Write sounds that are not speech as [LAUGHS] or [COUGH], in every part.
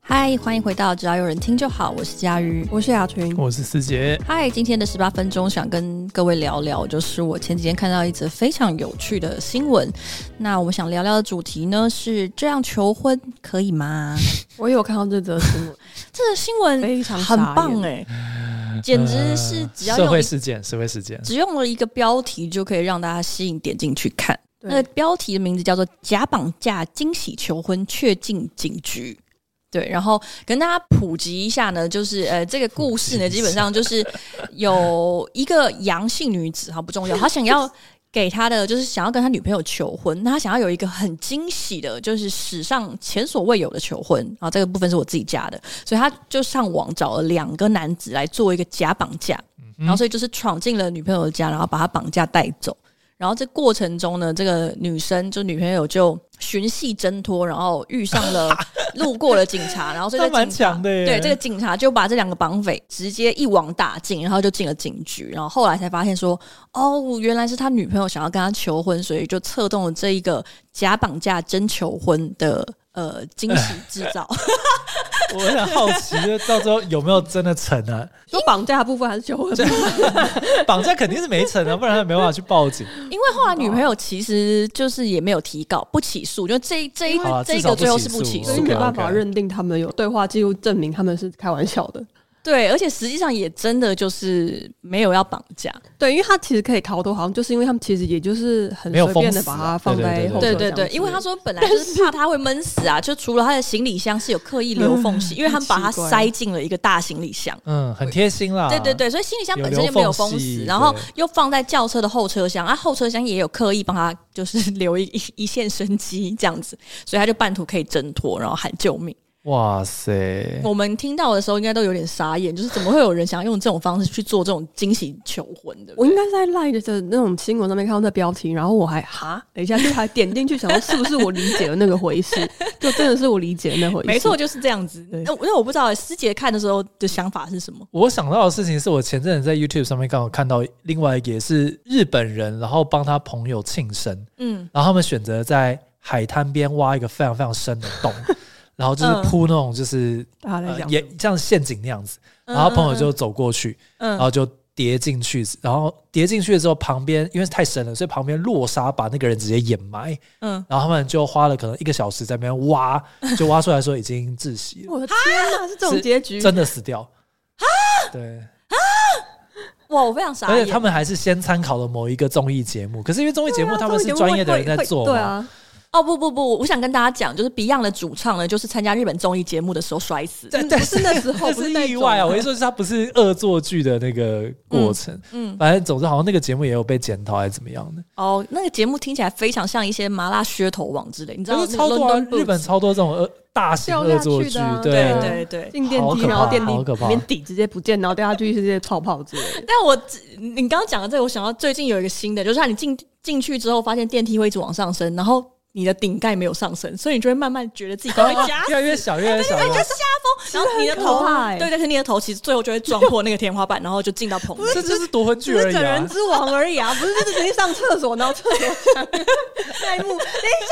嗨，欢迎回到只要有人听就好，我是佳瑜。我是雅群，我是思杰，嗨，今天的十八分钟想跟各位聊聊，就是我前几天看到一则非常有趣的新闻。那我们想聊聊的主题呢是这样求婚可以 [LAUGHS] 吗？我有看到这则新闻，这个新闻非常很傻棒眼呃哎、简直是只要呃社用会一事件，社会事件，只用了一个标题就可以让大家吸引点进去看。对那个标题的名字叫做“假绑架惊喜求婚确进警局”。对，然后跟大家普及一下呢，就是呃，这个故事呢，普及基一下本上就是有一个阳性女子，哈，不重要，她想要给她的就是想要跟她女朋友求婚，那她想要有一个很惊喜的，就是史上前所未有的求婚啊，这个部分是我自己加的，所以她就上网找了两个男子来做一个假绑架，嗯然后所以就是闯进了女朋友的家，然后把她绑架带走。然后这过程中呢，这个女生就女朋友就寻隙挣脱，然后遇上 [LAUGHS] 了路过了警察，然后所以这那蛮警察强的耶对这个警察就把这两个绑匪直接一网打尽，然后就进了警局。然后后来才发现说，哦，原来是他女朋友想要跟他求婚，所以就策动了这一个假绑架真求婚的呃惊喜制造。我有点好奇，到最后有没有真的成啊？说绑架的部分还是求婚部分，绑架肯定是没成啊，不然他没办法去报警。因为后来女朋友其实就是也没有提告，不起诉，就这这一、因为这一个最后是不起所以至少诉不起诉没的。办法 OK，OK 认定他们有对话记录证明他们是开玩笑的。对，而且实际上也真的就是没有要绑架，对，因为他其实可以逃脱，好像就是因为他们其实也就是很随便的把它放在后车厢对啊对对对，因为他说本来就是怕他会闷死啊，就除了他的行李箱是有刻意留缝隙，因为他们把它奇怪塞进了一个大行李箱。嗯，很贴心啦。对对，对，所以行李箱本身就有留没有缝封隙死，然后对又放在轿车的后车厢，啊，后车厢也有刻意帮他就是留一一一线生机这样子，所以他就半途可以挣脱，然后喊救命。哇塞，我们听到的时候应该都有点傻眼，就是怎么会有人想要用这种方式去做这种惊喜求婚的？我应该是在 Line 的那种新闻上面看到这标题，然后我还哈，等一下就还点进去，想说是不是我理解的那个回事，就真的是我理解的那回事。没错，，就是这样子。对那我那我不知道师姐看的时候的想法是什么。我想到的事情是我前阵子在 YouTube 上面刚好看到另外一个也是日本人，然后帮他朋友庆生，嗯，然后他们选择在海滩边挖一个非常非常深的洞，然后就是嗯铺那种就是、大家在呃讲什也么像陷阱那样子，然后朋友就走过去，嗯然后就跌进去，然后跌进去的时候，旁边因为太深了，所以旁边落沙把那个人直接掩埋，嗯，然后他们就花了可能一个小时在那边挖，就挖出来说已经窒息了，我的天哪，是这种是结局，真的死掉。对，哇，我非常傻而眼。且他们还是先参考了某一个综艺节目，可是因为综艺节啊目他们是专业的人在做嘛，对啊，哦不不不，我想跟大家讲，就是 Beyond 的主唱呢，就是参加日本综艺节目的时候摔死。但但是那时候 [LAUGHS] 那不是是那意种外啊！我一说是他不是恶作剧的那个过程，嗯，反正总之好像那个节目也有被检讨还是怎么样的，哦，那个节目听起来非常像一些麻辣噱头网之类，你知道可那是个超多、啊 London、Boots 日本超多这种恶大型恶作剧掉下去的，啊对对对对。进电好梯，可然后怕电梯好可怕里面底直接不见，然后掉下去是这些泡泡之类 [LAUGHS] 的。但我只你刚刚讲的这个，我想到最近有一个新的，就是让你进进去之后，发现电梯会一直往上升，然后你的顶盖没有上升，所以你就会慢慢觉得自己快 [LAUGHS] 被夹死越来越小，越来越小。对，就下风，啊然后你的头很可怕，欸对对，可是你的头其实最后就会撞破那个天花板，然后就进到棚内。 [LAUGHS] 这就是夺魂只剧是而已整啊人！之王而已啊，不是就是直接上厕所，然后厕所墙 [LAUGHS] 那一幕，等一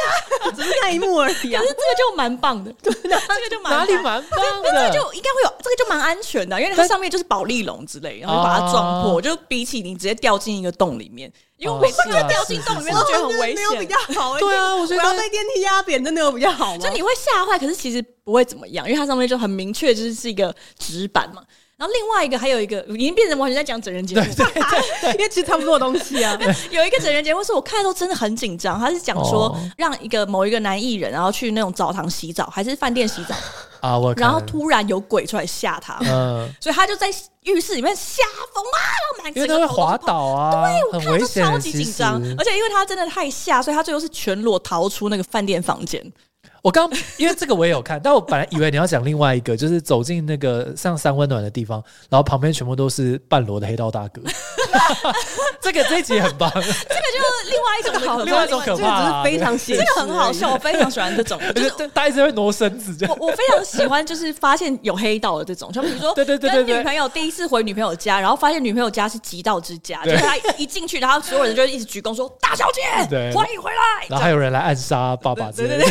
下，只是那一幕而已啊可是。这个就蛮棒 [LAUGHS] 的，对，这个就蛮啊哪里棒的蛮棒这个的？就应该会有，这个就蛮安全的，因为它上面就是保利龙之类，然后就把它撞破，哦就比起你直接掉进一个洞里面，因为我哦每次是就啊掉进是洞里面是都是觉得很真的危没有比险较，好欸。对啊我觉得要被电梯压扁，真的有比较好吗就？你会吓坏，可是其实不会怎么样，因为它上面就很明确，就是是一个纸板嘛。然后另外一个还有一个已经变成完全在讲整人节目， [LAUGHS] 因为其实差不多的东西啊。有一个整人节目是我看的时候真的很紧张，他是讲说哦让一个某一个男艺人，然后去那种澡堂洗澡还是饭店 [LAUGHS] 洗澡，啊，我看然后突然有鬼出来吓他，嗯，所以他就在浴室里面吓疯啊，然后满因整为他个头会都是滑泡。倒啊，我很看危到险。超级其紧张实，而且因为他真的太吓，所以他最后是全裸逃出那个饭店房间。 [LAUGHS] 我刚因为这个我也有看，但我本来以为你要讲另外一个，就是走进那个像三温暖的地方，然后旁边全部都是半裸的黑道大哥， [LAUGHS] 这个这一集很棒，这个就是另外一种的可怕，另外一种可这个怕只啊是非常写这实而已，个很好笑，我非常喜欢这 [LAUGHS] 种，就 [LAUGHS] 就是是大家一直会挪身子这样。我我非常喜欢，就是发现有黑道的这种，就比如说对对对对对跟女朋友第一次回女朋友家，然后发现女朋友家是极道之家，就对是他一进去，然后所有人就一直鞠躬说：“大小姐对，欢迎回来。”然后还有人来暗杀爸爸之类的，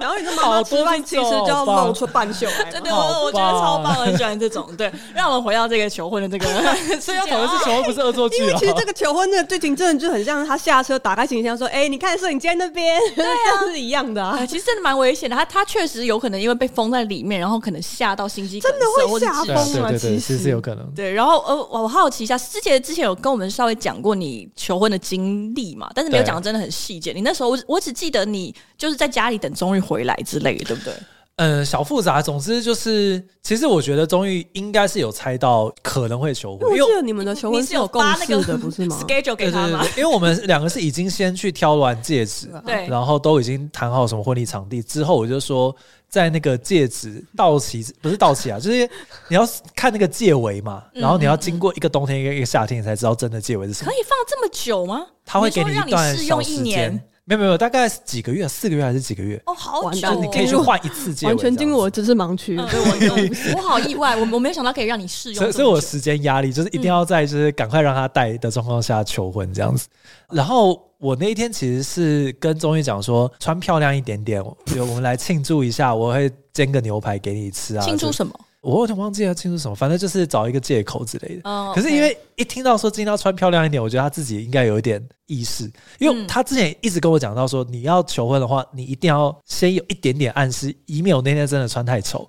然后你说妈妈吃饭其实就要露出半袖来嘛，真的，好棒我我觉得超棒，很喜欢这种。对，让我们回到这个求婚的这 [LAUGHS] 个，所以啊要讨论是求婚，不是恶作因剧为啊其。实这个求婚那个剧情真的就很像他下车打开行李箱说：“哎、你看摄影机在那边。”对啊， [LAUGHS] 是一样的啊啊，。其实真的蛮危险的。他他确实有可能因为被封在里面，然后可能吓到心肌梗真的塞会或者吓窒对息啊疯对了对其对，实其实有可能。对，然后呃，我我好奇一下，师姐之前有跟我们稍微讲过你求婚的经历嘛，但是没有对讲得真的很细节。你那时候我只我只记得你就是在家里等终于回来之类的，对不对？嗯，小复杂，总之就是，其实我觉得终于应该是有猜到可能会求婚，因因为为我记得你们的求婚你是有共发那识个 [LAUGHS] 的，不嗯是吗？ schedule 给对他对对吗？，对因为我们两个是已经先去挑完戒指，对然后都已经谈好什么婚礼场地之后，我就说在那个戒指到期不是到期啊，就是你要看那个戒围嘛，嗯然后你要经过一个冬天一个一个夏天，你才知道真的戒围是什可么。以放这么久吗？他会你说给你让一你段试小用一时年间，没有没有，大概几个月，四个月还是几个月，哦，好完久、蛋哦，就你可以去换一次戒围，完全进入我的知识盲区。嗯。我我我好意外，我我没有想到可以让你试用这所么以，久，所以我时间压力就是一定要在就是赶快让他带的状况下求婚这样子。嗯然后我那一天其实是跟钟玉讲说，穿漂亮一点点，我我们来庆祝一下，我会煎个牛排给你吃啊。庆祝就是什么？我有点忘记了庆祝什么，反正就是找一个借口之类的。嗯，可是因为一听到说今天要穿漂亮一点，我觉得他自己应该有一点意识，因为嗯他之前一直跟我讲到说，你要求婚的话，你一定要先有一点点暗示，以免我那天真的穿太丑。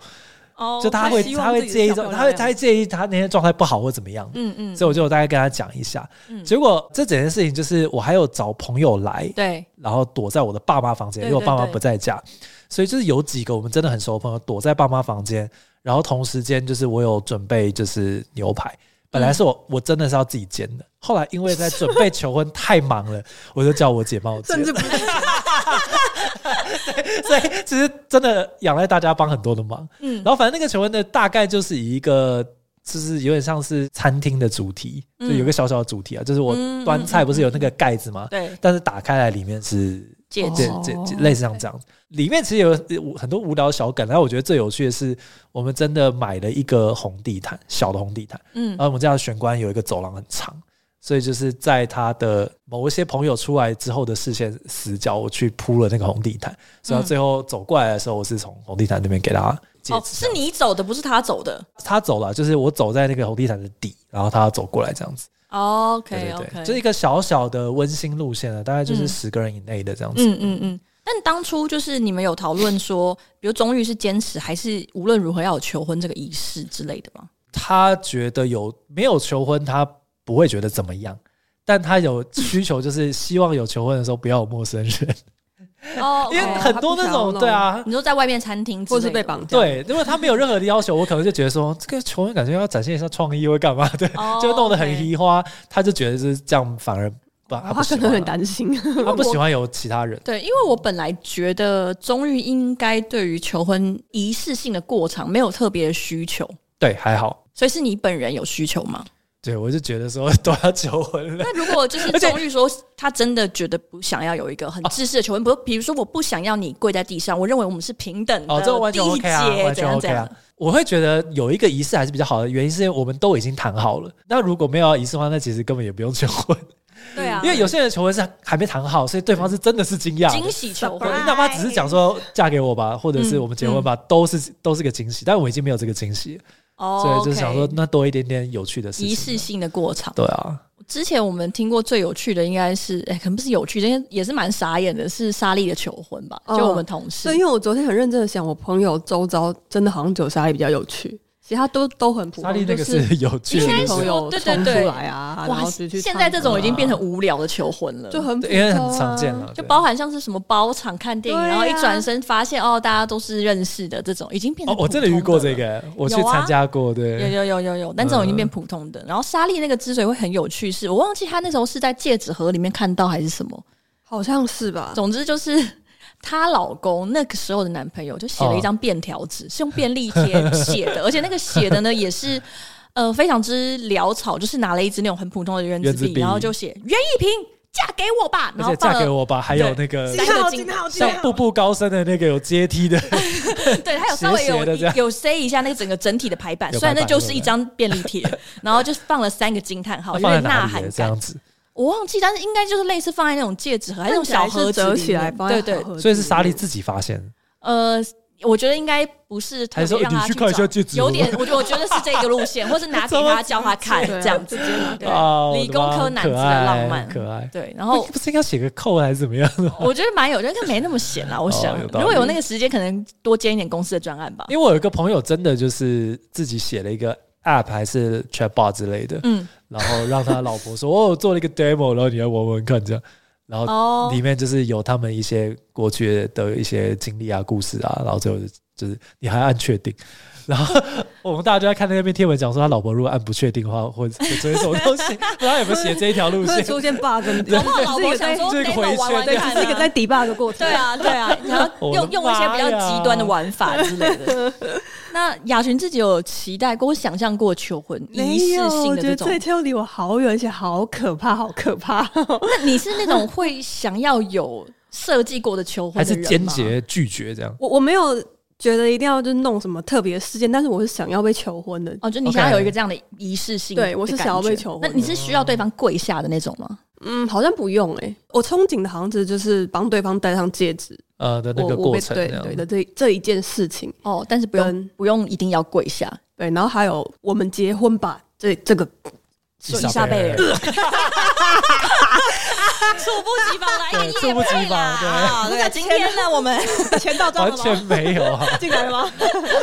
哦就他会他希望他会自己介意是这种，漂亮他会的他会介意他那天状态不好或怎么样。嗯嗯，所以我就大概跟他讲一下，嗯结果这整件事情就是我还有找朋友来，对然后躲在我的爸妈房间，对因为我爸妈对对不在家，所以就是有几个我们真的很熟的朋友躲在爸妈房间，然后同时间就是我有准备就是牛排，本来是我、我真的是要自己煎的，后来因为在准备求婚太忙了，我就叫我姐帮我 [LAUGHS] 煎甚，至不是所以 [LAUGHS] 其实真的仰赖大家帮很多的忙。嗯然后反正那个求婚的大概就是以一个就是有点像是餐厅的主题，就嗯有一个小小的主题啊，就是我嗯端菜不是有那个盖子吗？对但是打开来里面是戒哦指这这这类似像这样子，里面其实有呃很多无聊小梗，然后我觉得最有趣的是，我们真的买了一个红地毯，小的红地毯，嗯然后我们家的玄关有一个走廊很长。所以就是在他的某一些朋友出来之后的视线死角，我去铺了那个红地毯，所以他最后走过来的时候，我是从红地毯那边给他戒指这样嗯哦，子。是你走的，不是他走的。他走了，就是我走在那个红地毯的底，然后他走过来这样子。对哦 OK 对对， OK，就是一个小小的温馨路线了，啊大概就是嗯十个人以内的这样子。嗯嗯嗯。但当初就是你们有讨论说，比如钟玉是坚持还是无论如何要有求婚这个仪式之类的吗？他觉得有没有求婚，他不会觉得怎么样，但他有需求，就是希望有求婚的时候不要有陌生人，哦因为很多那种对啊。你说在外面餐厅之或类的，是被绑架，对，如果他没有任何的要求，我可能就觉得说，这个求婚感觉要展现一下创意，会干嘛？对，哦， [LAUGHS] 就弄得很 OK 移花，他就觉得就是这样，反而不，他他不喜可能欢很担 [LAUGHS] 心。他不喜欢有其他人。对，因为我本来觉得钟玉应该对于求婚仪式性的过场没有特别的需求，对，还好，所以是你本人有需求吗？对，我就觉得说都要求婚了。那如果就是 [LAUGHS] 而且哦钟玉说他真的觉得不想要有一个很自私的求婚，不是，比如说我不想要你跪在地上，我认为我们是平等的，哦，这个完全缔 OK 啊，结怎完全样 OK 怎样啊。我会觉得有一个仪式还是比较好的，原因是因为我们都已经谈好了。那如果没有要仪式的话，那其实根本也不用求婚，对啊，因为有些人求婚是还没谈好，所以对方是真的是惊讶嗯惊的。喜求对婚，你哪怕只是讲说嫁给我吧，或者是嗯我们结婚吧，都是都是个惊喜。但我已经没有这个惊喜了，哦所以就是想说 OK 那多一点点有趣的事情。啊仪式性的过场。对啊，之前我们听过最有趣的应该是，哎、可能不是有趣，这些也是蛮傻眼的，是莎莉的求婚吧？哦就我们同事所以，因为我昨天很认真的想，我朋友周遭真的好像只有莎莉比较有趣，其他都都很普莎莉通，那就个是是 [LAUGHS] 有趣的应该仪是式，朋友对对冲出对来啊，然后就去唱歌啊。现在这种已经变成无聊的求婚了，就就很普对通啊因为很常见了，就对包含像是什么包场看电影，对啊然后一转身发现哦，大家都是认识的这种，已经变哦成，我真的遇过这普通的了。个，我去有啊参加过，对，有有有有有，但这种已经嗯变普通的。然后莎莉那个之所以会很有趣是，我忘记她那时候是在戒指盒里面看到还是什么，好像是吧？总之就是她老公那个时候的哦男朋友就写了一张便条纸，是用便利贴写的，而且那个写的呢也是。呃非常之潦草，就是拿了一支那种很普通的圆圆子子笔，笔然后就写袁一平嫁给我吧，而然后且放嫁给了我吧，还有那对个三个啊金好，像步步高升的那个有阶梯的，对，他有稍微斜斜的这有样有 say 一下那个整个整体的排版，有虽然排那版就是对一不对张便利贴，然后就放了三个惊叹号， [LAUGHS] 放哦有点在呐哪里喊的这感样。子？我忘记，但是应该就是类似放在那种戒指盒，还是那用种小盒子折里起来，面放在对对小，盒子所以是莎莉里自己发现，呃，我觉得应该不是特还是别说让你他去看一找下戒指有盒点，我觉得我觉得是这个路线，或是拿给他叫他看对啊这样子直，接拿对啊，我的理工妈科男子可的浪爱漫可爱。对，然 [LAUGHS] 后不是应该写个扣还是怎么样的吗？ [LAUGHS] 我觉得蛮有，应该没那么闲啦，我想哦有道如果理有那个时间，可能多兼一点公司的专案吧。因为我有一个朋友真的就是自己写了一个 app 还是 chatbot 之类的，嗯，然后让他老婆说：“ [LAUGHS] 哦，我做了一个 demo，然后你来玩玩看。”这样，然后哦里面就是有他们一些过去的一些经历啊、故事啊，然后最后就就是你还按确定，[LAUGHS] 然后我们大家就在看那篇贴文讲说，他老婆如果按不确定的话，会会追什么 [LAUGHS] 东西，不知道有没有写这一条路会线。出现 [LAUGHS] bug，搞不好老 [LAUGHS] 婆想说 [LAUGHS] 这个 demo 回玩玩旋对，看啊这是一个在 debug 的过程。对 [LAUGHS] 啊，对啊，然后我的用用一些比较妈呀极端的玩法之类的。 [LAUGHS] 那雅群自己有期待过、想象过求婚没仪式有，性我的觉这得种这？一跳离我好远，而且好可怕， [LAUGHS] 好可怕。那你是那种会想要有设计过的求还婚的是人吗？坚决拒绝这样。我我没有觉得一定要就是弄什么特别事件，但是我是想要被求婚的。哦，就你 OK 想要有一个这样的仪式性的感觉，对我是想要被求婚那你是需要对方跪下的那种吗？嗯，好像不用诶、我憧憬的好像是就是帮对方戴上戒指，呃的那我个我过被程对这样对的这这一件事情，哦，但是不嗯用跟不用一定要跪下。对，然后还有我们结婚吧，这这个说伊伊莎莎贝贝尔 [LAUGHS] 尔， [LAUGHS] 猝不及防来对猝不及防对啊！那今天呢，我们 [LAUGHS] 签到完全 [LAUGHS] 没有啊！进来吗？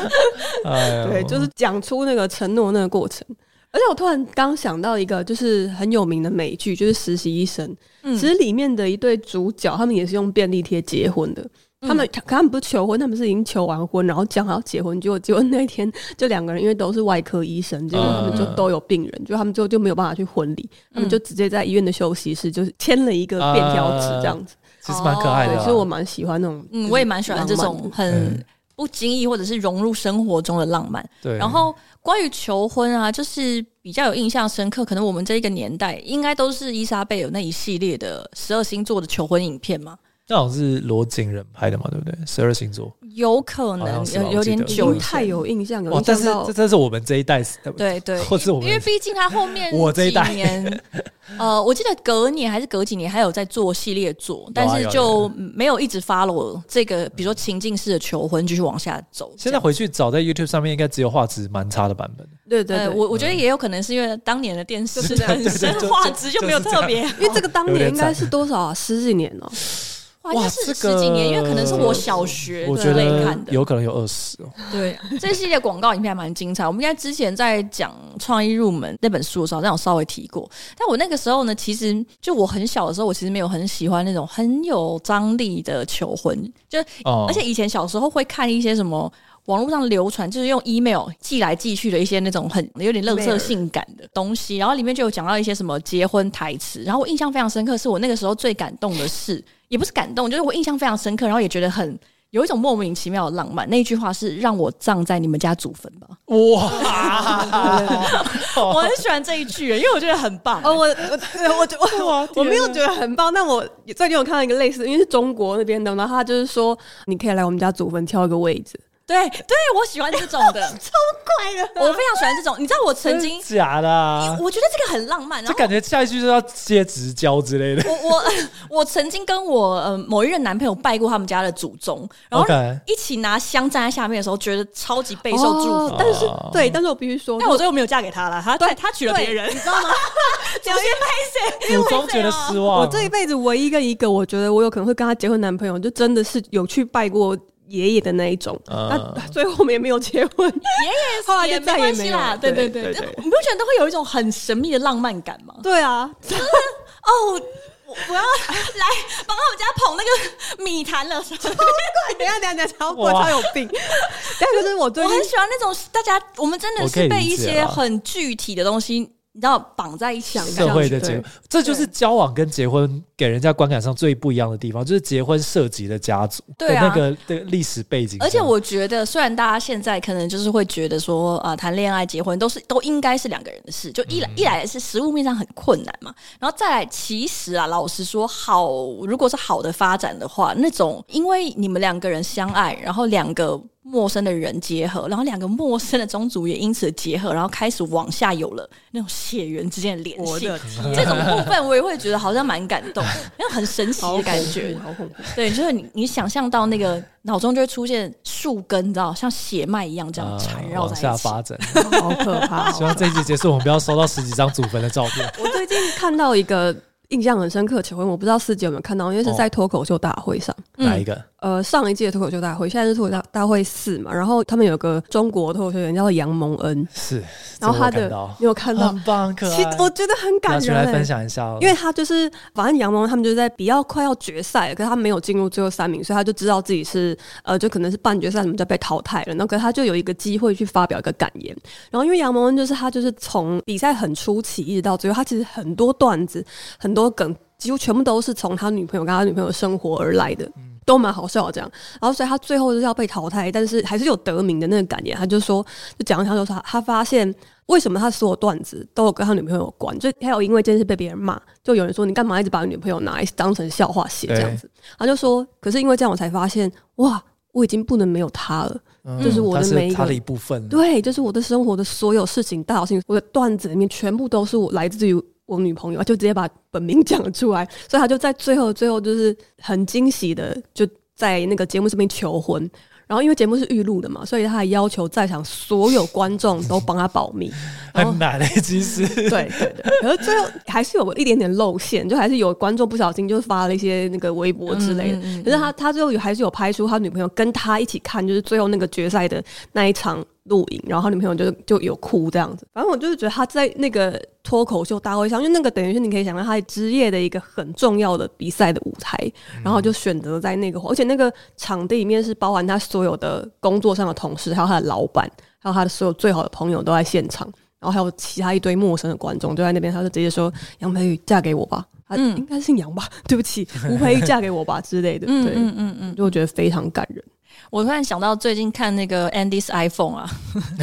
[LAUGHS] 哎呦对，就是讲出那个承诺那个过程。而且我突然刚想到一个，就是很有名的美剧，就是《实习医生》。嗯其实里面的一对主角，他们也是用便利贴结婚的。嗯他们可他们不是求婚，他们是已经求完婚，然后讲好要结婚，结果结婚那一天就两个人因为都是外科医生，结果他嗯们就都有病人，就他们最后就没有办法去婚礼，他们就嗯直接在医院的休息室就是签了一个便条纸啊这样子。其实蛮可爱的对，啊哦啦。所以我蛮喜欢那种，嗯，我也蛮喜欢这浪漫种的很不经意或者是融入生活中的浪漫。嗯对，然后关于求婚啊，就是比较有印象深刻，可能我们这一个年代应该都是伊莎贝尔那一系列的十二星座的求婚影片嘛，那好像是罗景仁拍的嘛，对不对？十二星座有可好能像是吧有有我记点得久已以经前太有印象，有哦印，但象是到这这是我们这一代，呃对对， [LAUGHS] 或是我们因为毕竟他后面我这一几代年， [LAUGHS] 呃，我记得隔年还是隔几年还有在做系列做，但是有啊就没有一直 follow 这个，比如说情境式的求婚继续往下走。现在回去找在 YouTube 上面，应该只有画质蛮差的版本。对这对样，对，呃，我我觉得也有可能是因为当年的电视就是这样本身嗯对对对画质就没有就是这特样别好，因为这个当有年点应该惨是多少啊？十几年哦、哇，哇应该是这十几年，个因为可能是我小学我之觉类得看的。有可能有二十哦。对，这系列广告影片还蛮精彩。我们应该之前在讲《创意入门》那本书的时候，好像有稍微提过。但我那个时候呢，其实就我很小的时候，我其实没有很喜欢那种很有张力的求婚，就是、哦而且以前小时候会看一些什么。网络上流传就是用 email 寄来寄去的一些那种很有点乐色 Mail 性感的东西，然后里面就有讲到一些什么结婚台词，然后我印象非常深刻，是我那个时候最感动的事，也不是感动，就是我印象非常深刻，然后也觉得很有一种莫名其妙的浪漫。那一句话是“让我葬在你们家祖坟吧哇，”，我很喜欢这一句，因为我觉得很棒。哦，我我对我觉我我我没有觉得很棒，但我最近有看到一个类似，因为是中国那边的，然后他就是说你可以来我们家祖坟挑一个位置，对对，我喜欢这种的，超怪的，我非常喜欢这种。你知道我 [LAUGHS] 曾经真，假的啊，我觉得这个很浪漫，然就后感觉下一句就要接直交之类的。我我 [LAUGHS] 我曾经跟我呃某一任男朋友拜过他们家的祖宗，然后 OK 一起拿香站在下面的时候，觉得超级备备受祝福。但是哦对，但是我必须说，但我最后没有嫁给他了，他他他娶了别人，你知道 [LAUGHS] 吗？有些拍谁？祖宗觉得啊失望，我这一辈子唯一跟一个我觉得我有可能会跟他结婚男朋友，就真的是有去拜过爷爷的那一种，嗯那、最后我们也没有结婚，后来也就没再也关没系有啦，了，对对对，对但你不觉得都会有一种很神秘的浪漫感吗？对啊， [LAUGHS] 哦，我我要 [LAUGHS] 来帮他们家捧那个米坛了，等一下等一下等一下，超哇超有病，但就是我最 [LAUGHS] 我近很喜欢那种大家，我们真的我可是以被理一解些啦很具体的东西你知道绑在一起的想感社觉会的结对这就是交往跟结婚给人家观感上最不一样的地方，就是结婚涉及的家族的对啊那个的历史背景。而且我觉得，虽然大家现在可能就是会觉得说啊，谈恋爱、结婚都是都应该是两个人的事，就一嗯来、一来是实物面上很困难嘛，然后再来，其实啊，老实说，好，如果是好的发展的话，那种因为你们两个人相爱，然后两个。陌生的人结合，然后两个陌生的宗族也因此结合，然后开始往下有了那种血缘之间的联我系。的天，啊这种部分我也会觉得好像蛮感 [LAUGHS] 动，因为很神奇好的恐感觉怖，。好恐怖。对，就是你你想象到那个脑中就会出现树根，你知道，像血脉一样这样啊缠绕往在下一起。发展， [LAUGHS] 好可怕、希望这一集结束，我们不要收到十几张祖坟的照 [LAUGHS] 片。我最近看到一个印象很深刻的求婚，我不知道四姐有没有看到，因为哦是在脱口秀大会上。哪一个？呃，上一届脱口秀大会，现在是脱口秀大会四嘛，然后他们有个中国脱口秀演员叫做杨蒙恩，是，然后这我他看的到你有看到？很棒，很可其实爱。我觉得很拿感出人、来欸分，享一下哦，因为他就是反正杨蒙恩他们就在比较快要决赛了，可是他没有进入最后三名，所以他就知道自己是呃，就可能是半决赛什么就被淘汰了。然后可是他就有一个机会去发表一个感言。然后因为杨蒙恩就是他就是从比赛很初期一直到最后，他其实很多段子、很多梗，几乎全部都是从他女朋友跟他女朋友的生活而来的。都蛮好笑的这样，然后所以他最后就是要被淘汰，但是还是有得名的那个感言。他就说，就讲一下，就说他他发现为什么他所有段子都有跟他女朋友有关，就还有因为这件事被别人骂，就有人说你干嘛一直把你女朋友拿来当成笑话写这样子，他就说，可是因为这样我才发现，哇，我已经不能没有他了，嗯这是我的它每一个它的一部分。对，啊就是我的生活的所有事情，大小事情，我的段子里面全部都是我来自于我女朋友，就直接把本名讲出来，所以他就在最后最后就是很惊喜的就在那个节目上面求婚。然后因为节目是预录的嘛，所以他还要求在场所有观众都帮他保密。然后很 [LAUGHS] 难诶，其实 [LAUGHS] 对对对，可是最后还是有一点点露馅，就还是有观众不小心就发了一些那个微博之类的。嗯嗯嗯可是他他最后有还是有拍出他女朋友跟他一起看，就是最后那个决赛的那一场录影，然后他女朋友就就有哭这样子。反正我就是觉得他在那个脱口秀大会上，因为那个等于是你可以想到他职业的一个很重要的比赛的舞台，嗯然后就选择在那个，而且那个场地里面是包含他所有的工作上的同事，还有他的老板，还有他的所有最好的朋友都在现场。然后还有其他一堆陌生的观众就在那边，他就直接说：“杨培宇嫁给我吧。”他嗯应该姓杨吧？ [LAUGHS] 对不起，吴培宇嫁给我吧之类的。嗯对，嗯嗯嗯，就我觉得非常感人。我突然想到最近看那个 Andy's iPhone 啊，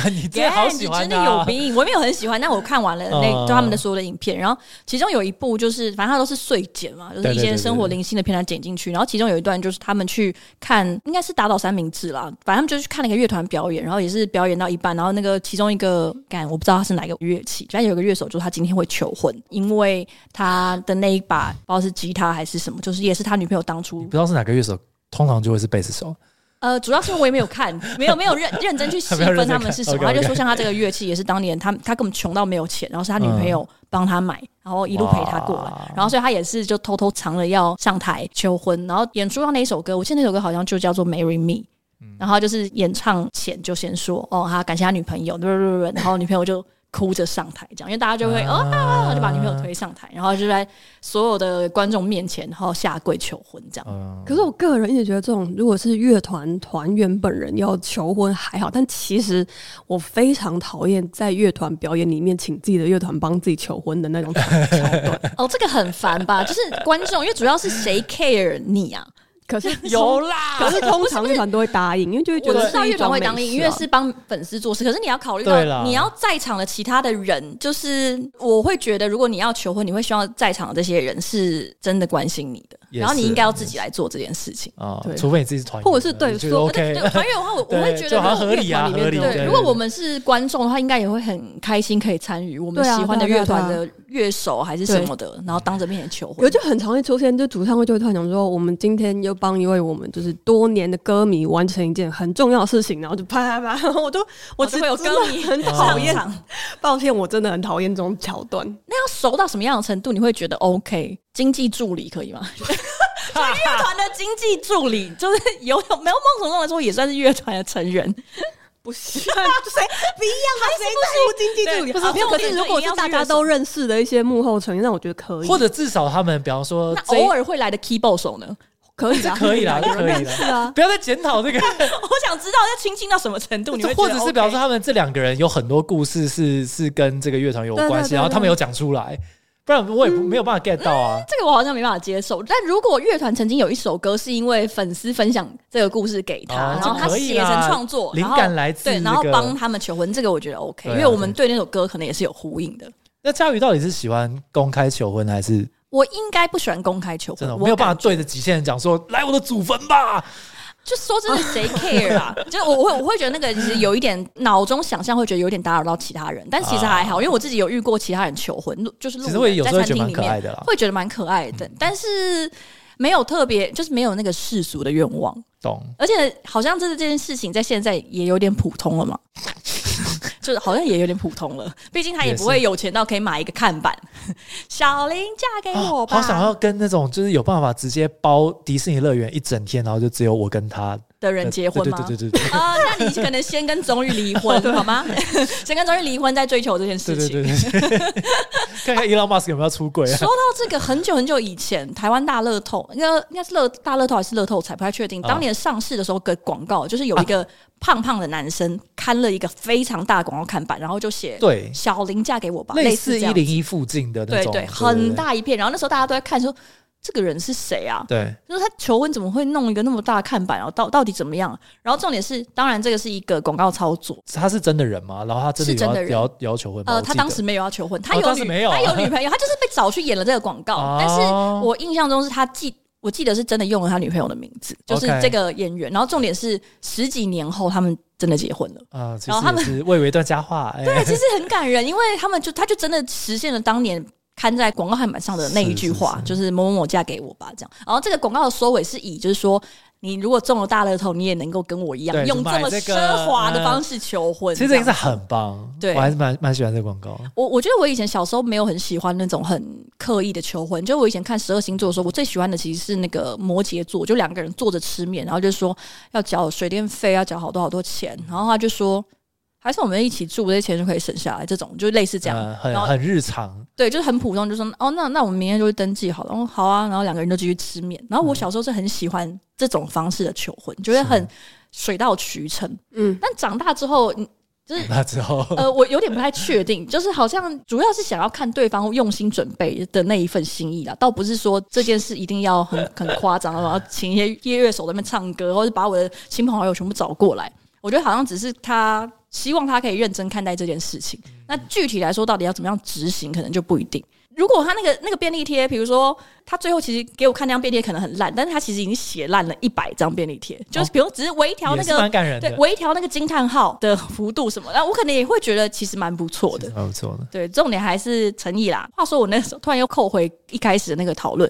你真的好喜欢啊你真的它有病！我没有很喜欢，但我看完了那嗯就他们的所有的影片，然后其中有一部就是，反正它都是碎剪嘛，就是对对一对些对生活零星的片段剪进去。然后其中有一段就是他们去看，应该是打倒三明治啦，反正他们就去看了一个乐团表演，然后也是表演到一半，然后那个其中一个，干我不知道他是哪一个乐器，反正有一个乐手就是他今天会求婚，因为他的那一把不知道是吉他还是什么，就是也是他女朋友当初不知道是哪个乐手，通常就会是贝斯手。呃，主要是我也没有看，没有没有认认 [LAUGHS] 真去细没有认分真他看们是什么。他 OK，OK 就说像他这个乐器也是当年他他根本穷到没有钱，然后是他女朋友帮他买，然后一路陪他过来嗯哇，然后所以他也是就偷偷藏着要上台求婚，然后演出到那一首歌，我记得那首歌好像就叫做《Marry Me》。然嗯后他就是演唱前就先说哦，他感谢他女朋友，对对对，然后女朋友就哭着上台，这样，因为大家就啊会、哦，然后就把女朋友推上台，然后就在所有的观众面前，然后下跪求婚，这样。嗯，可是我个人一直觉得，这种如果是乐团团员本人要求婚还好，但其实我非常讨厌在乐团表演里面请自己的乐团帮自己求婚的那种桥桥段。 [LAUGHS] 哦，这个很烦吧？就是观众，因为主要是谁 care 你啊？ [LAUGHS] 可 [LAUGHS] 是 [LAUGHS] 有啦，可是通常乐团都会答应，因为就会觉我得知道是一乐团种会美当力，事因为啊是帮粉丝做事，可是你要考虑对到啦你要在场的其他的人，就是我会觉得，如果你要求婚，你会希望在场的这些人是真的关心你的，也然后你是应该要自己来做这件事情。啊对，除非你自己是团员，或者是对你觉得说 [LAUGHS] OK，对，团员的话，我我对会觉得就好像如果合理啊，乐合团里面理。对对对，对如果我们是观众的话，应该也会很开心可以参与我们对啊喜欢的对啊乐团对啊的乐手还是什么的，然后当着面前求婚有。就很常会出现，就主唱会就会突然讲说，我们今天又帮一位我们就是多年的歌迷完成一件很重要的事情，然后就啪啪啪，然后我就我我只只会有歌迷很讨厌上，场抱歉，我 [LAUGHS] 真的很讨厌这种桥段。那要熟到什么样的程度，你会觉得 OK？经济助理可以吗？ [LAUGHS] 就乐团的经济助理，就是有有没有梦程中来说，也算是乐团的成 [LAUGHS] 员。不是， [LAUGHS] 谁不一样啊？谁在乎经济助理？对啊不是，好没有。重可点是就如果一定是要大是家乐都手认识的一些幕后成员，那我觉得可以。啊或者至少他们，比方说那啊这一偶尔会来的 keyboard 手呢？可以啦，啊可以啦，有可人认以啦识啊，不要再检讨 [LAUGHS] 这个， [LAUGHS] 我想知道要亲近到什么程度，你会觉或得者是 OK 表示他们这两个人有很多故事是是跟这个乐团有对对关系，对然后他们对有讲出来，不然我也嗯不没有办法 get 到啊。这个我好像没办法接受。但如果乐团曾经有一首歌是因为粉丝分享这个故事给他，哦然后他这可以写啦成创作，灵然后感来自对，然后这个帮他们求婚，这个我觉得 OK，、对啊因为我们对那首歌可能也是有呼应的。那佳宇到底是喜欢公开求婚，还是我应该不喜欢公开求婚，真的我没有办法感觉。对着极限人讲说来我的祖坟吧？就说真的，谁 care [LAUGHS] 啊？就是我我会我会觉得那个其实有一点脑中想象会觉得有点打扰到其他人，但其实还好，因为我自己有遇过其他人求婚，路就是路啊其实会人有在时候餐觉厅得蛮里可面爱的啦。嗯会觉得蛮可爱的，但是没有特别，就是没有那个世俗的愿望。懂？而且好像这这件事情在现在也有点普通了嘛， [LAUGHS] 就是好像也有点普通了。毕竟他也也是不会有钱到可以买一个看板， [LAUGHS] 小林嫁给哎我吧，啊好想要跟那种就是有办法直接包迪士尼乐园一整天，然后就只有我跟他的人结婚吗？对对 [LAUGHS] 对对对啊、那你可能先跟宗玉离婚好 [LAUGHS] 吗？先跟宗玉离婚，再追求这件事对情。对对对对， [LAUGHS] 看看 Elon Musk 有没有出轨啊说？到这个，很久很久以前，台湾大乐透，应该应该是乐大乐透还是乐透彩，不太确定。啊当年上市的时候，个广告就是有一个胖胖的男生看了一个非常大的广告看板，然后就写对，“小林嫁给我吧”，类类似这一样。零一附近的那对种，对，很。大一片。然后那时候大家都在看说。这个人是谁啊？对，就是他求婚怎么会弄一个那么大的看板啊？到到底怎么样？然后重点是，当然这个是一个广告操作，他是真的人吗？然后他真的是真的有要人有要有要求婚吗？呃，我记他得当时没有要求婚，他哦有当时女、没有啊他有女朋友，他就是被找去演了这个广告。但是哦我印象中是他记，我记得是真的用了他女朋友的名字，就是 OK 这个演员。然后重点是十几年后他们真的结婚了。啊，其然后他实也是蔚为一段佳话，哎对，其实很感人，因为他们就他就真的实现了当年。刊在广告汉板上的那一句话，是是是就是“某某某嫁给我吧”这样。然后这个广告的收尾是以，就是说，你如果中了大乐透，你也能够跟我一样，对用就这买么这个奢华的嗯方式求婚。 [LAUGHS] 其实这这样个是很棒，对我还是蛮蛮喜欢这个广告。我我觉得我以前小时候没有很喜欢那种很刻意的求婚，就我以前看十二星座的时候，我最喜欢的其实是那个摩羯座，就两个人坐着吃面，然后就说要缴水电费，要缴好多好多钱，然后他就说还是我们一起住，这些钱就可以省下来，这种就类似这样，呃很然后很日常， [LAUGHS] 对，就是很普通，就说哦，那那我们明天就去登记好了，哦，好啊，然后两个人就继续吃面。然后我小时候是很喜欢这种方式的求婚，就会很水到渠成，嗯，但长大之后，你就是那之后呃，我有点不太确定，就是好像主要是想要看对方用心准备的那一份心意啦，倒不是说这件事一定要很很夸张，然后请一些夜乐手在那边唱歌，或者把我的亲朋好友全部找过来。我觉得好像只是他希望他可以认真看待这件事情。那具体来说，到底要怎么样执行，可能就不一定。如果他那个那个便利贴，比如说他最后其实给我看那张便利贴可能很烂，但是他其实已经写烂了一百张便利贴，就是比如只是微调哦也那是个蛮感人对的，，微调那个惊叹号的幅度什么，然后我可能也会觉得其实蛮不错其的实。蛮不错的。对，重点还是诚意啦。话说我那时候突然又扣回一开始的那个讨论，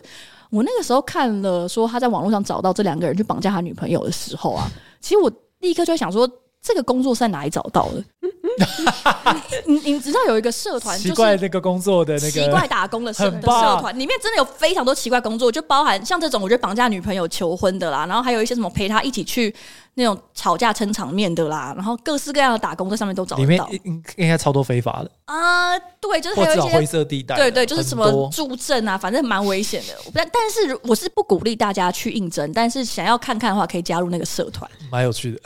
我那个时候看了说他在网络上找到这两个人去绑架他女朋友的时候 [LAUGHS] 啊，其实我立刻就在想说。这个工作是在哪里找到的？ [LAUGHS] 你你你知道有一个社团，奇就怪是那个工作的那奇怪个，打工的社很的棒社团，里面真的有非常多奇怪工作，就包含像这种，我觉得绑架女朋友求婚的啦，然后还有一些什么陪她一起去那种吵架撑场面的啦，然后各式各样的打工在上面都找 [LAUGHS] 里得面到应应应该超多非法的，啊、对，就是或还至有少一些灰色地带的，对对，就是什很么多助阵啊，反正蛮危险的。但但是如我是不鼓励大家去应征，但是想要看看的话，可以加入那个社团。蛮有趣的。